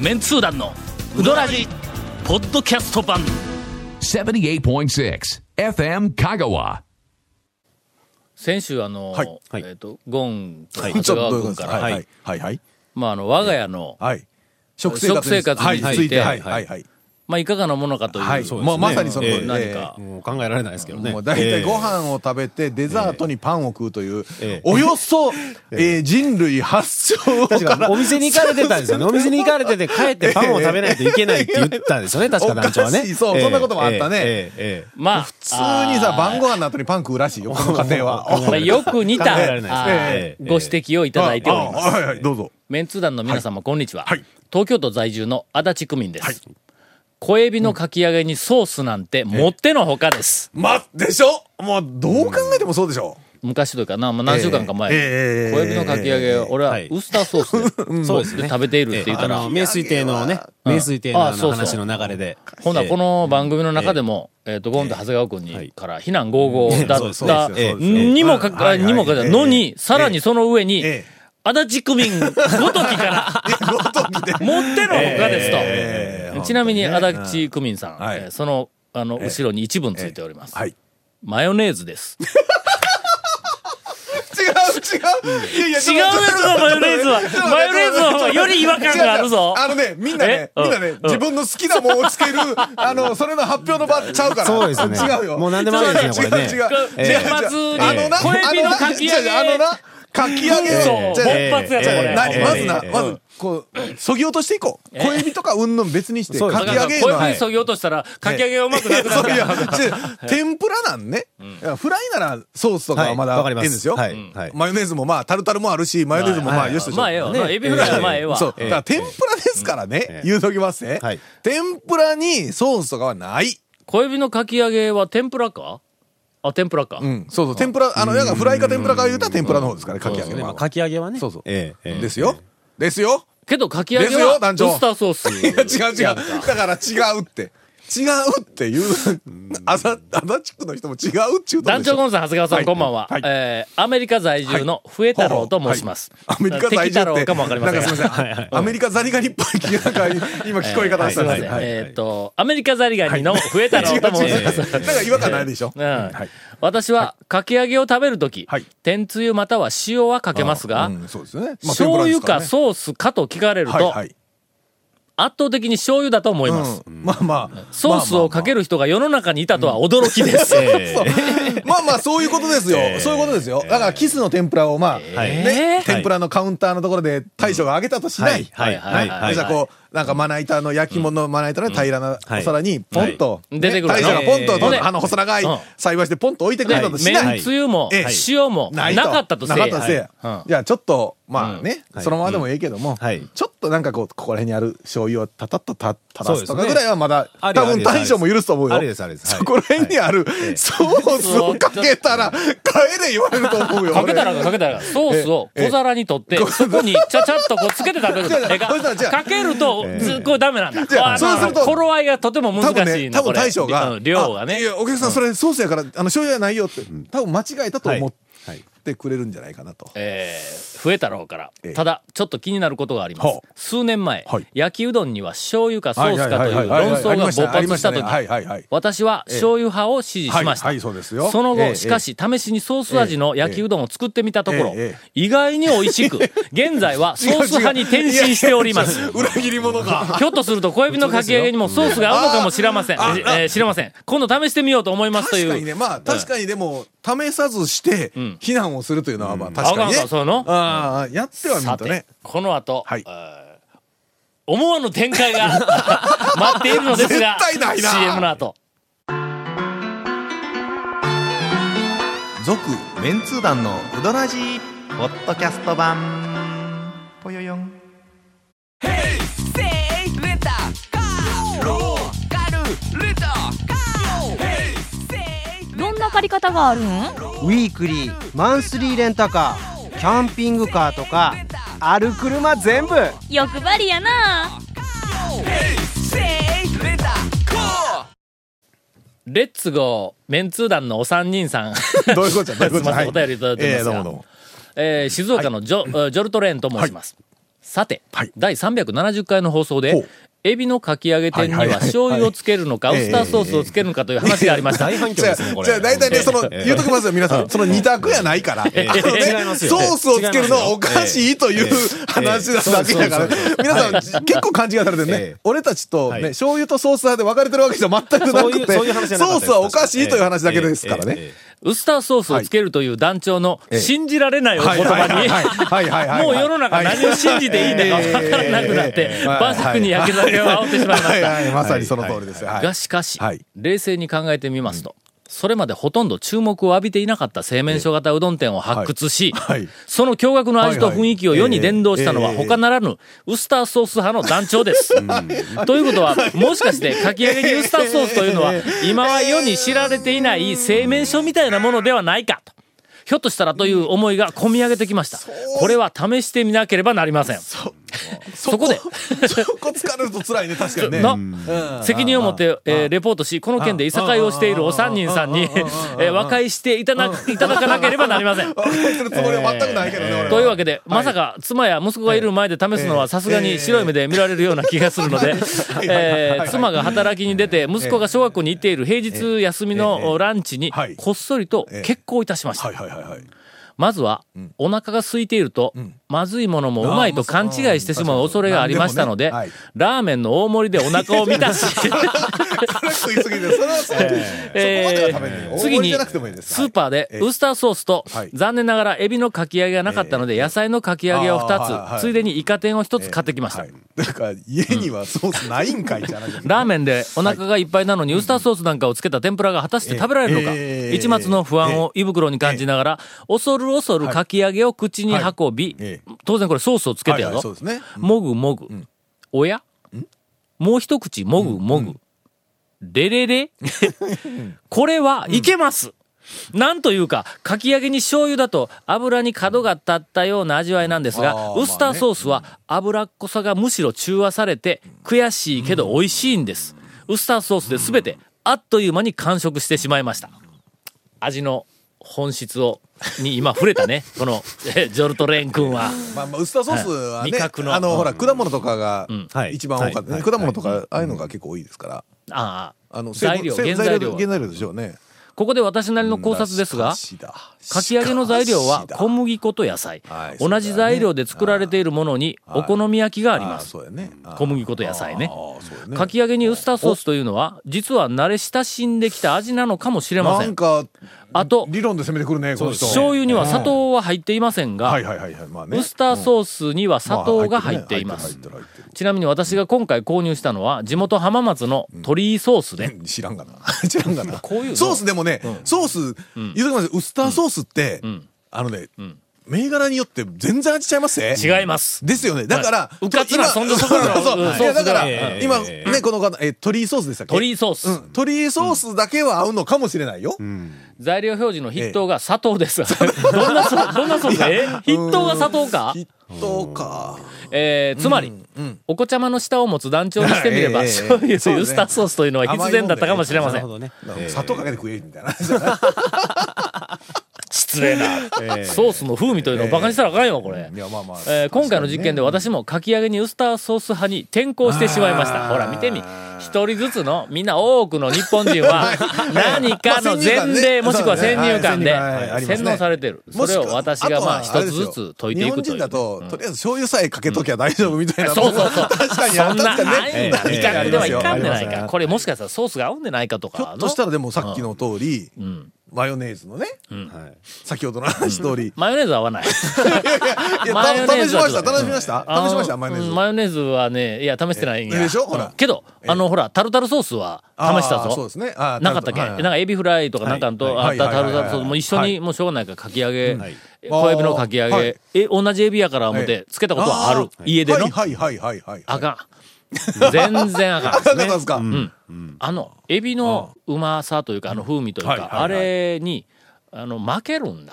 メンツー団のウドラジポッドキャスト版78.6 FM Kagawa. 先週あの、はいえはっいとゴン長はい。谷川君から、はい。はい。はい。はい。まあ、あの我が家の、はい。食生活に食生はい活について。ははいい。はい。はい。まあ、いかがなものかという、はいそうまあまさにその通りえでー何か、もう考えられないですけどね。もう大体ごえ飯を食べて、デザートにパンを食うというええ、およそ、えー人類発祥ー確か。からお店に行かれてたんですよね。お店に行かれてて、帰ってパンを食べないといけないって言ったんですよ ね、確か団長はおかしね。いそうええそんなこともあったねええええまあ普普通にさ、晩ご飯の後にパン食うらしいよ、この家庭は。まあ、よく似た考えられないですあーええええご指摘をいただいておりますああはいはい、どうぞ。メンツー団の皆様、こんにちは、はい東京都在住の足立区民です、小エビのかき揚げにソースなんてもってのほかです、ま、でしょもう、どう考えてもそうでしょ。昔というかな、まあ、何週間か前、ええええ小エビのかき揚げ、俺ははウいスターソースで,、そうですね食べているって言ったら、ええあの、名水亭のね、名水亭のああそうのそう話の流れで。ほな、この番組の中でも、えっ、と、ゴンと長谷川君に、から、非難合々だそうっそうそうた、ですえよそうですーよにもかか、はいはいにもかか、ええのにえ、えさらにその上に、え足立区民ごときから、ごときで。持ってのほかですと。ええちなみに、足立区民さん、はいえーその、あの、後ろに一文ついております。はい。マヨネーズです。違う、違う。いやいや、違うやろが マヨネーズは。マヨネーズの方がより違和感があるぞ。あのね、みんなねえ、うんみんなね、自分の好きなものを つける、あの、それの発表の場ちゃうから。そうですね違うよ。もう何でもありです違ねうこれね違う違うええ違う違う年末にあのな、小指のかき揚げあのな違う違うあのな、かき揚げ嘘をじゃあ勃発やぞじゃあこれなまずなえ、えまず、こう、そぎ落としていこう。小指とかうんぬん別にして、そうですだかきから揚げ小の指はにいそぎ落としたら、かき揚げがうまくなくな そるうかいやら。違う天ぷらなんね。フライならソースとかは、はいまだわかりまいいんですす。よ。はい。はい。マヨネーズもまあ、タルタルもあるし、マヨネーズもまあ、よしとしょまあ、ええわ。まあエビフライはまあ、ええわ。そう。だええから天ぷらですからねええ、言うときますねはい。天ぷらにソースとかはない。小指のかき揚げは天ぷらかあ、天ぷらか。うん。そうそう。天ぷら、あの、なんかフライか天ぷらか言うたら天ぷらの方ですから、かき揚げねまあは。かき揚げはね。そうそうええええですよ。ですよ。 けど、かき揚げですよはウ団長スターソース。 いや、違う違う。だから違うって。違うって言う、あざ、あざちくの人も違うっちゅうと団でしょ長ゴンさん、長谷川さん、はいこんばんは。はいえーアメリカ在住の笛太郎と申します。アメリカ在敵太住っ郎て。かもわかりませんなんが。かすみません。アメリカザリガニっぽい気が、なんか今聞こえ方がしすたいんませですん。よ。えーっと、アメリカザリガニの笛太郎と申します。なんか違和感ないでしょうん私は、かき揚げを食べるとき、はい天つゆまたは塩はかけますが、うんそうですね。まあ醤油か天ぷソースかと聞かれると、らですからねはいはい。圧倒的に醤油だと思います。うんまあまあ。ソースをかける人が世の中にいたとは驚き です。まあまあ、そういうことですよ。そういうことですよ。だから、キスの天ぷらを、まあ、はいえねー、天ぷらのカウンターのところで大将が揚げたとしなはいい。。はい。はい。ははいい。じゃあこう、なんかまな板の焼き物のまな板の平らなお皿に、ポンと、はい出てくるね大将がポンえと、ーあの、細長いうん栽培してポンと置いてくれたとしな麺い。つゆもええ、塩も、なとかったとせえなかったとせいはいうんじゃあちょっと、まあね、はいそのままでもいいけども、はいちょっとなんかこう、ここら辺にある醤油をたたっとた垂らすとそうですかねぐらいはまだ、あり多あ分りです大将も許すと思うよ。ありですありですはいそこら辺にある、ソースをかけたら、帰れ言われると思うよ。かけたらかけたら、ソースを小皿に取って、そこにちゃちゃっとこうつけて食べる 違う違うええかそしたら違うかけると、ずこうダメなんだ。違うあそうすると頃合いがとても多難分しいね、の多こ分れ大将うが、ん量があねい。や、お客さん、それソースやから、あの、醤油はないよって、多分間違えたと思っはいてくれるんじゃないかなと。えー、増えたろうからえ。えただ、ちょっと気になることがありますほ。数年前、はい焼きうどんには醤油かソースかというは論いはいはいは争いが勃発したときありましたねはいはいはい、私は醤油派を支持しました。はいはいそうですよそのえ後、えしかし、試しにソース味の焼きうどんを作ってみたところえええ、意外に美味 しく、現在はソース派に転身しております。裏切り者が。ひょっとすると小指のかき揚げにもソースが合うのかもしれません。えあああー知れません。今度試してみようと思いますという。確かにね、まあ確かにでも、試さずして、避難をするというのは、まあ確かあかんあにねかんそうやの。ああ、やってはみるさとて、ね。この後、はいえー思わぬ展開が 待っているのですが、絶対ないな CM の後。続、メンツー団のウドラジーポッドキャスト版ぽよよんどんな借り方があるんウィークリーマンスリーレンタカーキャンピングカーとかある車全部欲張りやなレッツゴー、メンツー団のお三人さん。どういうことじゃ、どういうことじゃ。すいませんお便りいただいてますがええどうもどうも。えー静岡のジョ,、えージョルトレーンと申します。さて、はい第370回の放送ほでう、エビのかき揚げ店にはいははいはい醤油をつけるのか、ウスターソースをつけるのかという話がありました。大反響じゃであ、すね、これ。じゃあ大体ね、その、言うときますよ、皆さん。その二択やないから。あのね違いますよソースをつけるのはおかしいという話なだけだからええそうそうそう。皆さん、結構勘違いされてるえねえ。俺たちとはね、い醤油とソース派で分かれてるわけじゃ全くなそういくう、て、そういう話じゃなかソったースはおかしいという話だけですからね。。ウスターソースをつけるという団長の信じられないお言はいはいはい葉はいはいはに、いもう世の中何を信じていいんだか分からなくなっえええええて、えはい晩酌に焼け酒を煽ってしまいまはしいた。はい、まさにその通りです。はいがしかしはい、冷静に考えてみますと、それまでほとんど注目を浴びていなかった製麺所型うどん店を発掘しはいはい、その驚愕の味と雰囲気を世に伝道したのははいはい他ならぬウスターソース派の団長です。 ということは、もしかしてかき揚げにウスターソースという のは、今は世に知られていない製麺所みたいなものではないかと。ひょっとしたらという思いが込み上げてきました。これは試してみなければなりません。そこで、そこ疲れると辛いね、確かにね。な、責任を持って、えーレポートし、この件でいさかいをしているお三人さんに、えー和解していただいただかなければなりません。分かってるつもりは全くないけどね、俺は。というわけで、まさか妻や息子がいる前で試すのはさすがに白い目で見られるような気がするので、 えー妻が働きに出て、息子が小学校に行っている平日休みのランチにはい、こっそりと結婚いたしましたはい。はいはいはい。まずは、お腹が空いていると、まずいものもうまいと勘違いしてしまう恐れがありましたので、まあまあまあまあラーメンの大盛りでお腹を満たし、それ食いすぎで、それはそう。そこまでは食べない次よ。大盛りに、じスゃなくてもいいです。ーパーでええウスターソースとはい、残念ながらエビのかき揚げがなかったので、野菜のかき揚げをあーはいは2いつ、ついでにイカ天を1つ買ってきましたはい。。だから、家にはソースないんかいって話ですねラーメンでお腹がいっぱいなのにウスターソースなんかをつけた天ぷらが果たして食べられるのか、ええ一抹の不安を胃袋に感じながら、恐る恐るかき揚げを口に運びはいえ、当然これソースをつけてやはいろはいそうですね。もぐもぐ。おやもう一口もぐもぐ。レレレこれはいけます、なんというか、かき揚げに醤油だと油に角が立ったような味わいなんですが、あーウスターソースは脂っこさがむしろ中和されて、悔しいけど美味しいんです。ウスターソースで全て、あっという間に完食してしまいました。味の本質を、に今触れたね、この、えジョルトレーン君は。まあまあ、ウスターソースははいね、味覚のあの、ほら、果物とかがはい一番多かったはね。い果物とか、ああいうのが結構多いですから。ああ、あの、成分材料、成原材料。原材料でしょうね。ここで私なりの考察ですが、しかしだかき揚げの材料はしかしだ小麦粉と野菜はい。同じ材料で作られているものにお好み焼きがありまあーす。そうやね。あー小麦粉と野菜ねあ。ーそうやね。かき揚げにウスターソースというのは、実は慣れ親しんできた味なのかもしれまなせんん。か、あと、理論で攻めてくるね、この人。醤油には砂糖は入っていませんはがい、はいはいはい。まあね。ウスターソースには砂糖が入っていま入すっ。てる入ってる入ってちなみに私が今回購入したのは、地元浜松の鳥居ソースで、る知らんがな。 知らんがな。こういうのソースでもね、ソース、言うときますよウスターソースって、あのね、銘柄によって全然味ちゃいますね。違います。ですよね。だから、うかつな今そんなところの そうそううんいやだから、ソースではええ今、えね、この方、え、鳥居ソースでしたっけ鳥居ソース。うん鳥居ソースだけは合うのかもしれないよ。材料表示の筆頭が砂糖です。どんなそう、どんなそうか。え筆頭が砂糖かきっとか。えーつまり、お子ちゃまの舌を持つ団長にしてみれば、ええええ醤油とそういねうウスターソースというのは必然だったかもしれまなせるんほ。どね。砂糖かけて食え、みたいな。失礼な。ソースの風味というのをバカにしたらあかんよ、これ。いや、まあまあ。えー今回の実験で私もかき揚げにウスターソース派に転向してしまいました。ほら、見てみ。一人ずつの、みんな多くの日本人 は、何かの前例、まもあしくは先先入入観観でねはい先入観あります洗ね脳されてる。そもしれをくは私がまあと一はつずつ解いていくとい日本人うだ。と、とりあえず醤油さえかけときゃ大丈夫みたいな。そうそうそう。 確かにそんな、あ確かなにいんねだ。ええいかんではいかんでええなありいまか。すよこれもしかしたらソースが合うんでないかとかひの。ょっとしたらでもさっきの通り、マヨネーズのね、先ほどの話通り。マヨネーズ合わない。いやマヨネーズ試しはまちし、ょったと試しました、あの試しました、マヨネーズ。うんマヨネーズはね、いや、試してないんや。えでしょほらうんけど、あの、ほら、タルタルソースは試したあぞ。ーそうですねあーなかったっけタなルタルんかエビフライとかなんかんと、あはっいたはいタはいルタルソースも一緒はに、いもうしょうがないからかき揚げはい、小エビのかき揚はげい、え、同じエビやから思って、つけたことはある。家での。はいはいはいはいはい。あかん。 全然あかん。 あなたですか、あの、エビのうまさというか、あの風味というはいはいはか、いあれに、あの、負けるんだ。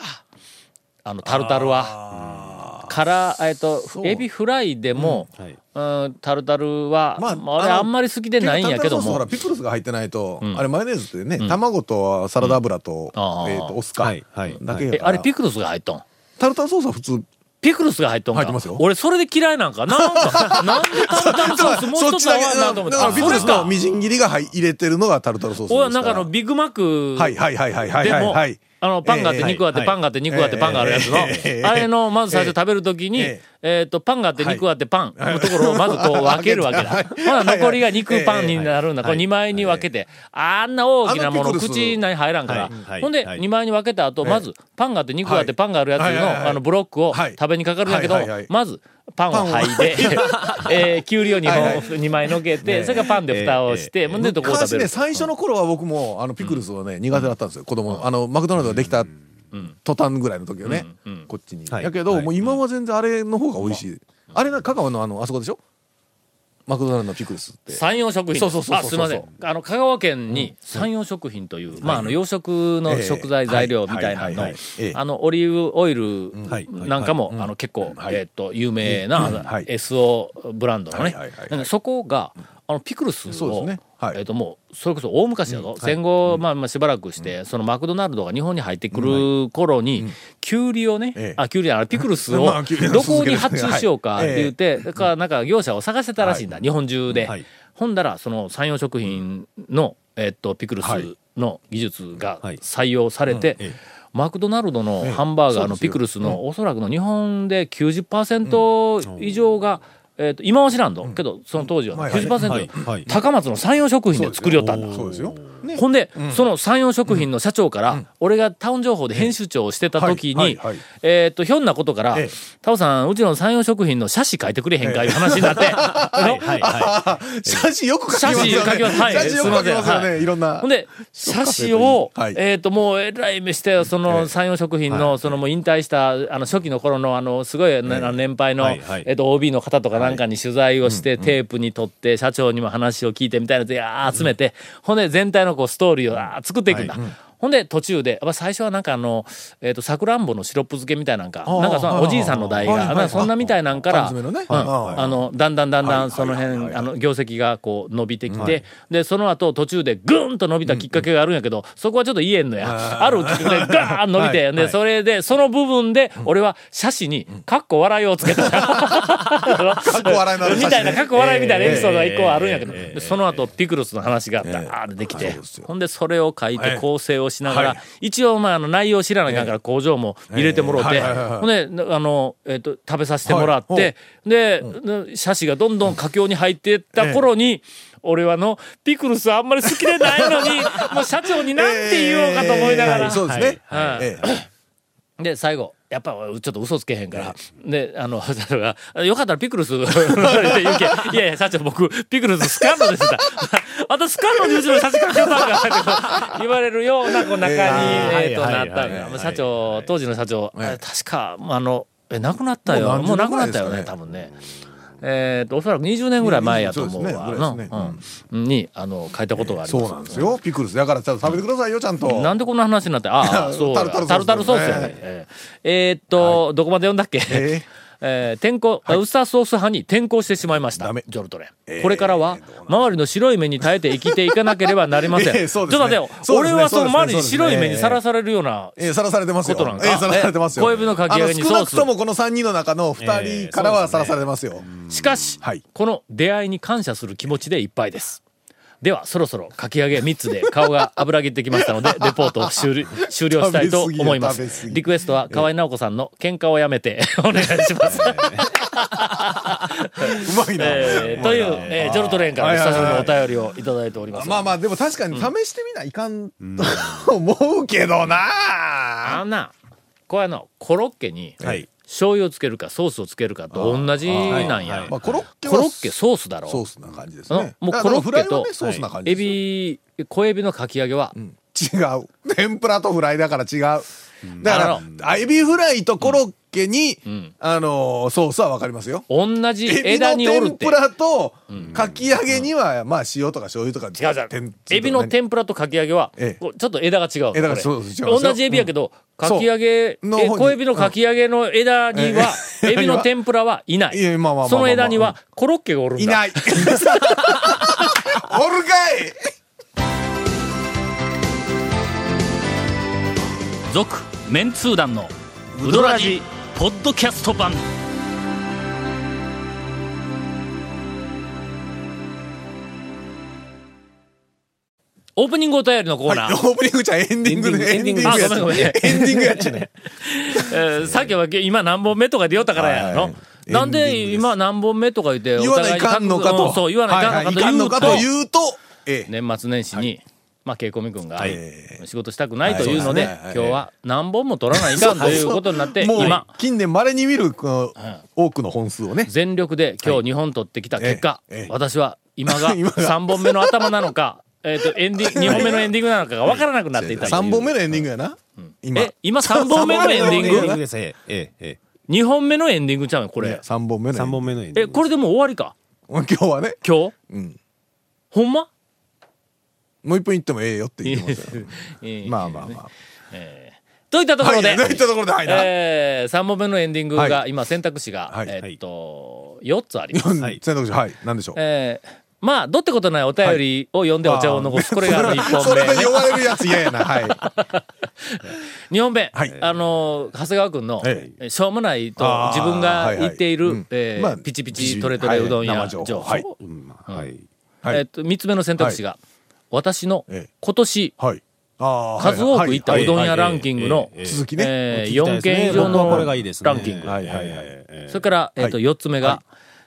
あの、タルタルは。から、えっと、エビフライでも、はいうん、タルタルは、ままああ、あれああのんまり好きでないんやけどタルタルソースほら、も、ピクルスが入ってないと、あれマヨネーズってね、卵とサラダ油と、うんあーえっ、と、お酢か、はいはいだけやえ、からあれピクルスが入っとん。タルタルソースは普通、ピクルスが入っとん入ってますかよ俺それで嫌いなんかなん かなんでタルタルソースもうそっ一ちつ合だわけんなだと思かってあらビそクルれスのかみじん切りが入入れてるのがタルタルソースです俺かはらなんかあのビッグマックはいはいはいはいはいではいもはいあのパンがあってええ肉があってはいパンがあって肉があってええパンがあるやつのええあれのまず最初食べるときにえええっとパンがあって肉があってパンのところをまず こう分けるわけだはいほら残りが肉パンになるんだはこいれ2枚に分けてあんな大きなもあののピクルス口に入らんからはいはいほんではい2枚に分けた後まずパンがあって肉があっはていパンがあるやつはいはいはいのあのブロックをはい食べにかかるんだけどはいはいはいまずパンを剥いで えーきゅうりを2はいは本い2枚のけてそれからパンで蓋をしてほんでとこう昔食べねる。最初の頃は僕もあのピクルスをね苦手だったんですよ子供のあのマクドナルドができた途端ぐらいの時はねこっちにはいやけどはいもう今は全然あれの方が美味しいあれな香川のあのあそこでしょマクドナルドのピクルスって山陽食品そうそうそうそうあすいませんあの香川県に山陽食品という、まあ、あの養殖のええ食材材料みたいなはいはいはいのはいええあのオリーブオイはいルなんかも、あの結構、えっと有名な、うんはい SO ブランドのね、はいはいはいはいなんかそこがあのピクルスそうでを、すねはいえっともうそれこそ大昔だぞ、戦後、まあ、まあしばらくして、そのマクドナルドが日本に入ってくる頃に、キュウリをね、ええあキュウリじゃないピクルスを まあキュウリのど酢こ漬にけですね発注しようかって言って、だからなんか業者を探してたらしいんだ、日本中で。はいほんだら、その山陽食品の、えっと、ピクルスの技術がはい採用されてうんええ、マクドナルドのハンバーガーのピクルスの、おそらくの日本で90%以上が、えっと、今は知らんの、けど、その当時は前はねはいは90%い、高松の山陽食品で作りよったんだ。そうですよねほんで、その山陽食品の社長から、俺がタウン情報で編集長をしてた時はいにはいはい、えーっと、ひょんなことからええ、タオさん、うちの山陽食品の写真書いてくれへんかいう話になって、はいはいは 写真よく書きますよ写真書きますはねい写真よく書きますよすいませんはねいろんなほんで、写真を、はいえっ、と、もう、えらい目して、その、山陽食品の、その、もう引退した、あの、初期の頃の、あの、すごい、ねあの年配の、はいはいえっ、と、OB の方とかなんかに取材をして、テープに撮って、社長にも話を聞いてみたいなやつで、あー集めて、ほんで、全体のこう、ストーリーをあー作っていくんだ。ほんで、途中で、まあ最初はなんかあの、えっ、と、さくらんぼのシロップ漬けみたいなんか、なんかそのおじいさんの代が、はいはいはいなんかそんなみたいなんから、缶詰のねうんはいあの、だんだんだんだん、そのはいはい辺、はいあの、業績がこう伸びてきて、で、その後途中でぐーンと伸びたきっかけがあるんやけど、そこはちょっと言えんのや。あるきっかけでガーン伸びて、で、それで、その部分で、俺は写真に、かっこ笑いをつけ た。かっこ笑いのある写真みたいな、かっこ笑いみたいなエピソードが一個あるんやけど、でその後ピクルスの話がダーッできて、ほんでそれを書いて構成をしながら、はい一応まああの内容知らなきゃから工場も入れてもろうて、ええはいはいはいほんで、あの、えっ、と、食べさせてもらって、で、写真がどんどん佳境に入っていった頃に、俺はあの、ピクルスあんまり好きでないの に、もう社長になんて言おうかと思いながら。えーそうですねはいはいえで、最後、やっぱ俺ちょっと嘘つけへんから、で、あの、 社長が、よかったらピクルス って言うけん、いやいや、社長僕、ピクルススカンドですって言ったら 私スカンドにうちの社長から言ったんかって言われるようなこう中に、えーえーと、はいなはっいたんはいだはいまあ社長、当時の社長、ええあ確か、あの、え、亡くなったよ。ももうう亡何くなった十年ぐらいよですかねね、多分ね。えーと、おそらく20年ぐらい前やと思うわ。うんなそうですねうんに、あの、書いたことがあえります。そうなんですよピクルスだからちゃんと食べてくださいよちゃんとなんでこんな話になって、ああ、 そうや、タタルルタタルルソソーーススやね。えーえーっと、どこまで読んだっけ ええー天候、ウスターソース派に転向してしまいました。ダメジョルトレン。これからは、周りの白い目に耐えて生きていかなければなりません。ええ そうですねちょっと待ってよ、そう俺ですねはそのそう周りですねに白い目にさらされるような、えー、さらされてますよ。ことなんかえーさらされてますよ。え小指のかき揚げにあの少なソースくともこの三人の中の二人からはさらされてます よ。しかし、はいこの出会いに感謝する気持ちでいっぱいです。では、そろそろかき揚げ3つで顔が油切ってきましたの で、レポートを終了終了したいと思いま食べ過ぎよ食べ過す。ぎリクエストは河合直子さんの喧嘩をやめて お願いし ます。うまいな。えーという、えージョルトレーンから久しぶりのお便りをいただいております。まあまあ、でも確かに試してみないかんと思うけどな。あんな、これあの、コロッケにはい醤油をつけるかソースをつけるかと同じなんあーやはい。まあ、コロッケはコロッケソースだろ。ソースな感じですうんね。もうだコからロッケフライとはねソースな感じエですよ。ビ、小エビのかき揚げは違う。 天ぷらとフライだから違う。だあかのら、あエビフライとコロッケに、あのー、ソースはわかりますよ。同じエビの枝におるっ天てぷ。らと、かき揚げには、まあ、塩とか醤油と違か。う違う天。エビの天ぷらとかき揚げは、ええこうちょっと枝が違う。枝がこれそうです違いますよ同じエビやけど、かき揚げ、えそうの方に小エビのかき揚げの枝には、ええエビ の天ぷらはいない。いやまあまあまあまあその枝にはコロッケがおるんだ。いない。 おるかい続メンツー団のウドラジポッドキャスト版オープニングお便りのコーナー、はいオープニングじゃエンディングでエンディングあごめんごめんエンディングやっちゃねえーさっきは今何本目とかで言おったからやろ、はいなんエンディングでです今何本目とか言って言わないかんのかうとんそう言わないかんのかとは言いはいとうかんのかと言うとええ年末年始に、まあ、ケイコミ君が、い仕事したくないというので、はいそうですね今日は何本も取らないかんということになって、もう今、近年まれに見るこの多くの本数をね全力で今日2本取ってきた結果、ええええ私は今が 今が3本目の頭なのか、 えっと、エンディング、2本目のエンディングなのかが分からなくなっていたという3本目のエンディングやな今え、今3本目のエンデエィンンディグングです。ええ、ええ、え ?2 本目のエンディングちゃうのこれ。 3本目え。のエンディ3ン本目のエンディえ、ング。これでもう終わりかグ今日はね今日うんほんまもう一分いってもええよって言っ てましたよええまあまあまといったとあこはろで、いといったところではいなえ3本目のエンディングが、は今選択肢がは、いえっと、4つあります。うんはい選択肢はい何でしょうえーまあ、どってことないお便りを読んでお茶を残す。これがあの1 そ本目れ。で呼ばれるやつ嫌や なはい2本目。はいあのー、長谷川君の、えしょうもないとあー自分がはいはい言っている、うんえーまあピチピピチチトレトレうどんはやい情報。生情報はいうんまあはい。はいえっと、3つ目の選択肢が、私のええ今年はいあーはい数多く行ったはういどん屋ランキングの、ええええええ続きねえ聞きたい4ですね件以上僕はのこれがいいですねランキング。はいはいはいそれから、えっと、はい4つ目はが、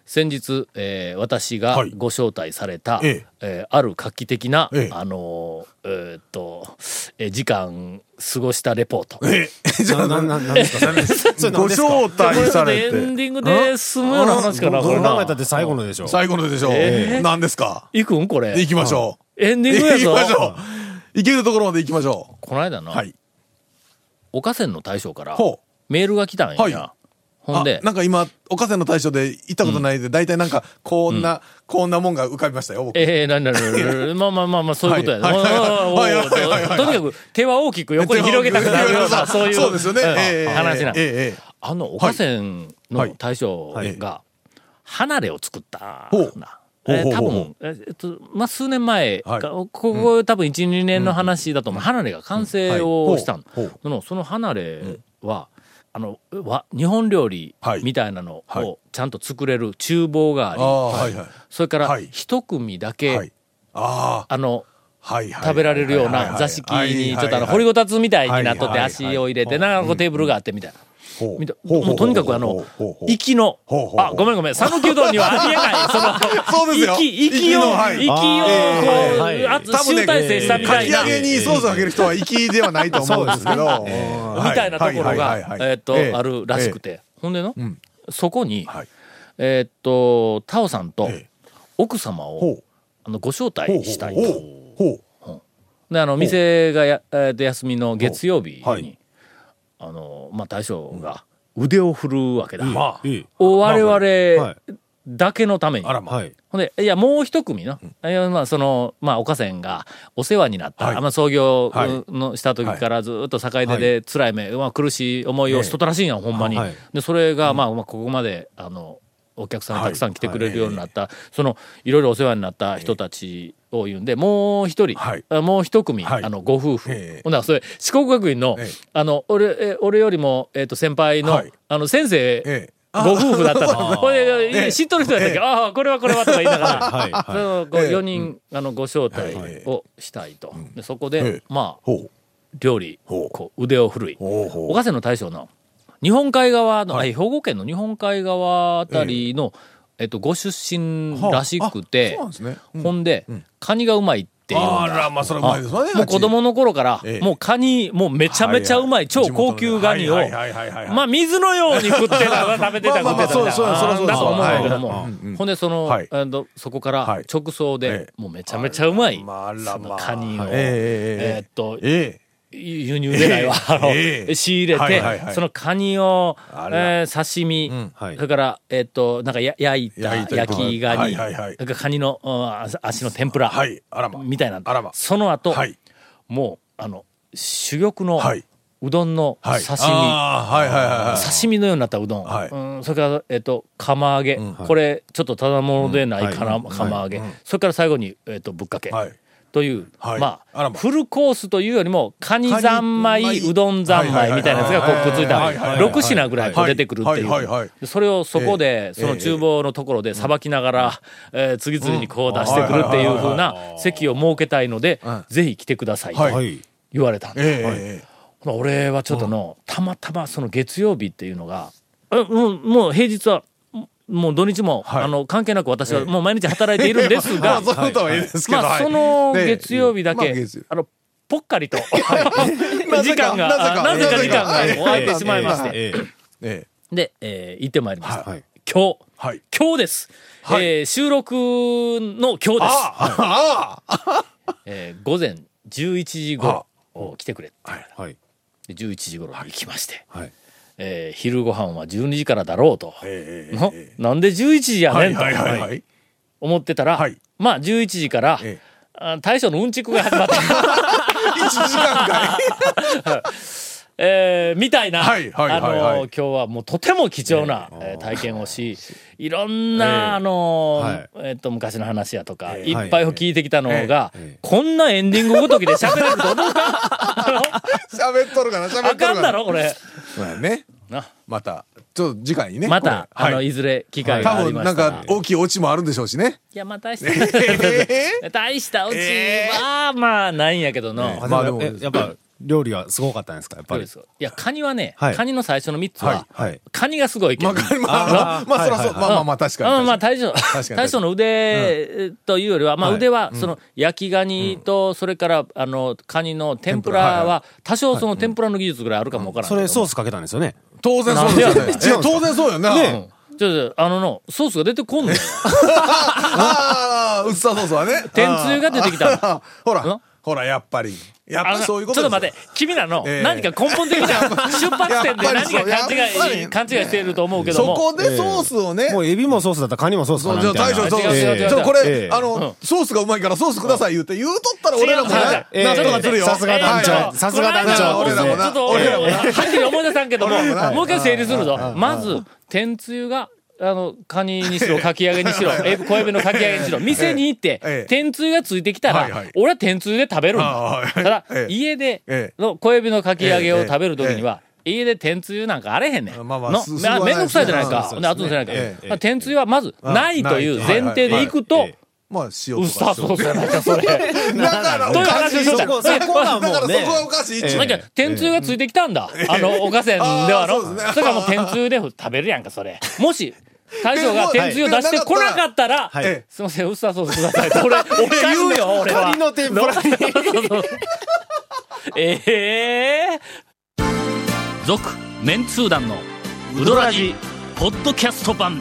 先日、えー私がはいご招待された、えええーある画期的な、ええあのー、えーっと、えー時間過ごしたレポート。 じゃあな、な、なんですかそれ何ごですか招待されこれでエンてディングで済むような話かな、こどれう考えたっな。て最後のでしょ。最後のでしょええう何ですかいくんこれ行。きましょエンうディングや 行きましょぞ。う行けるところまで行きましょこの間うなは、い岡線の大将からほうメールが来たんやはいな。ほんであ、なんか今おかせの対象で行ったことないで大体なんかこんなこんなもんが浮かびましたよ僕ええ、なになになにまあまあまあまあ、そういうことやな。はいはいおいおいおいおいはいはいはいはいとにかく手は大きく横に広げたくなるような、そういう。 そうですよねんええ話なええええええあの、岡線のはい大将はいが、離れを作ったほうな。ほうえーほう多ほう分、えっと、まあ、数年前か、はいここ多分1、2年の話だと思う、離れが完成うんをはいしたの。ほうほうその、その離れは、あの、わ日本料理はいみたいなのはをいちゃんと作れる厨房がああり、あはいはいそれからはい一組だはけい、あああの、はいはい食べられるようはいはいなはい座敷はいはいにはいちょっとあの掘りごたつみたいになっとっはいてはい足を入れて長らくテーブルがあってみたいな。ほうみたいほうほもううとにかくあのほうほうほう息のほうほうほうあごめんごめん讃岐うどんにはありえないそのそうですよ息息を息のはい息をこう、あーええあつ多分ね集大成したみかたきいな、揚げにソースをかける人は粋ではないと思うんですけ ど、はみたいなところはがいはいはいはいえーっとええあるらしくて、ほんでの、んそこに、はいえーっとタオさんとええ奥様をほうあのご招ほう待したいとほうほうであの店がや、えーと休みの月曜日に、はいあのまあ、大将が腕を振るうわけだ、まあ、いいお我は々いだけのために、はい。ほんでいやもう一組な、いやまあそのまあおかせんがお世話になった、はいまあ、創業はいのした時からずっと境出で辛い目、まあ、苦しい思いをしとったらしいんやん、ほんまに、はいでそれが、まあまあここまであのお客さんはいたくさん来てくれるようになった、そのいろいろお世話になった人たちを言うんでもう一人、はいあもう一組、はいあのご夫婦、ええほんならそれ四国学院の,、ええあの俺え俺よりも、えっと先輩の,、はいあの先生、ええご夫婦だ ったの。これ、ええ知っとる人やったっけ、ああ、これはこれはとか言いながら、はいはいそのこうええ4人、あのご招待はいをしたいと。でそこでええ、まあ、ほう料理、ほうこう腕を振るい。ほうほうおかせの大将の、日本海側の、はあ兵庫県の日本海側あたりの、えっと、ご出身らしくてはああ、そうなんですねうんほんで、カニがうまいっていうのがあらまあそれはうまいですわねもう子供の頃から、ええもうカニ、もうめちゃめちゃうまい、超高級ガニを、はいはいはいはいはいまあ水のように食って た、食べてた、食まあってたみまあたいそうそうそうなそんうだと思うんだけどはもいうんう、んほんでそのはい、あのそこからはい直送でえ、もうめちゃめちゃうまい、そあらまあのカニを、えええええええーっと、ええ輸入でないわ、あのええ仕入れはいはいはて、いそのカニを、あらえー刺身ん、はいそれから、えーっと、なんかや焼いた焼いた焼きガはニ、いそはいれはいからカニのうんあ足の天ぷら、はいあらまみたいなあらまその後、はいもうあの珠玉のはいうどんのは刺い身、あーはいはいはいはい刺身のようになったうどん、はいうんそれから、えっと釜揚げ、んこれちょっとただものでないかな、うんはい釜揚げ、それから最後に、えっとぶっかけ、はいという、はいまああらまフルコースというよりもカニ三昧うどん三昧みたいなやつがこうくっついたはいはいはいはい6品ぐらいこう出てくるっていはいはいはいはいうそれをそこでその厨房のところでさばきながら、えー次々にこう出してくるっていうふうな席を設けたいのでぜひ来てくださいはいとい。言われたんですええほな俺はちょっとの、たまたまその月曜日っていうのが、えもう、もう平日は、もう土日も、はいあの、関係なく私はもう毎日働いているんですまが、 あ、そういうことはいいですけど。まあ、はいその月曜日だまあけ、月曜あの、ぽっか りと、時間が、あななぜぜかか時間がなぜか空いてしまいまして、ええ。ええで、えー行ってまいりました。はい今日、はい。今日です。はいえー収録の今日です。ああえー午前11時は頃、お来てくれって言われた。はい。で11時頃に行きまして、はい。えー昼ご飯は12時からだろうと。 ええななんで11時やはねいんとはいはいはい。思ってたら、はいまあ11時から、ええあ大将のうんちくが始まった、 1時間かえーみたいな、はいはいはいはいあのー今日はもうとても貴重な、えー体験をし、いろんな、あのーはいえっと昔の話やとか、えいっぱいを聞いてきたのが、ええええこんなエンディングごときで喋れると思うか喋っとるかな、あの喋あっとかるんかだな。ろこれまあね。なまた、ちょっと次回にね。また、これあのはいいずれ機会があ多り分まなしんたら、か大きいオチもあるんでしょうし ね。いやま あ大した、 大したうちはまあないんやけどの、あまあでもでもえやっぱ料理はすごかったんですかやっぱそうりで。すいや、カニはね、はいカニの最初の3つは、はいはいカニがすごいけまど。あ、まあ、まあ、そらそう。まあまあまあ、確かうに。んまあ、大将、かに確かに大将の腕というよりは、まあはい腕は、その、焼きガニと、それから、あの、カニの天ぷらは、多少その天ぷらの技術ぐらいあるかもわからんけそどれも。ソースかけたんですよね。当然そうですよなんね。でいや当然そうよな。うんちょっと、あのの、ソースが出てこんのよ。ああ、うつさそうそうはね。天つゆが出てきたの。あほうんら、ほら、やっぱり。やあっぱのりそういうことちょっですとよ待って、君らの、ええ何か根本 的な出発点でやっぱり何そうか勘やっぱ違い、り勘違いしていると思うけどそも。こでソースをねも。うエビもソースだったらカニもソースそかうなじゃあみた大いな。将、そう違う違う違うちょこえれえ、あうんの、ソースがうまいからソースください言うて、言うとったら俺らもな違う違うなんとかするよ。ええさすが団長はいはいさすが団長俺俺ららももな。なちょっと俺らもな。はっきり思い出さんけども、俺らもなもう一回整理するぞ。まず、天つゆが、あの、カニにしろ、かき揚げにしろ、え小エビのかき揚げにしろ、店に行ってええ、天つゆがついてきたはいはらい、俺は天つゆで食べるんあだあは。いただえ、え家でえの小エビのかき揚げを食べるときには、家で天つゆなんかあれへんねん。まあまあのすすぐなはめんどくさいじゃないないかです。ほんで、後じゃないかええだから。天つゆはまず、ないという前提でいくはといはいはいはい、まあ、塩ウとスターかソースやないか、それ。だから、おどういうか話しでい。しょうだかそこそこはらもうそこはおね。かしい。ええなんか、天つゆがついてきたんだ。あの、おかせんではあーそうの。ですねそれからもう天つゆで食べるやんか、それ。もし、大将がでも天つゆ出してこなかったら、はいえすいません、ウスターソースくださいって。俺、俺言うよ、俺は。カニの天ぷらに。ええ続、メンツー団の、ウドラジ、ポッドキャスト版。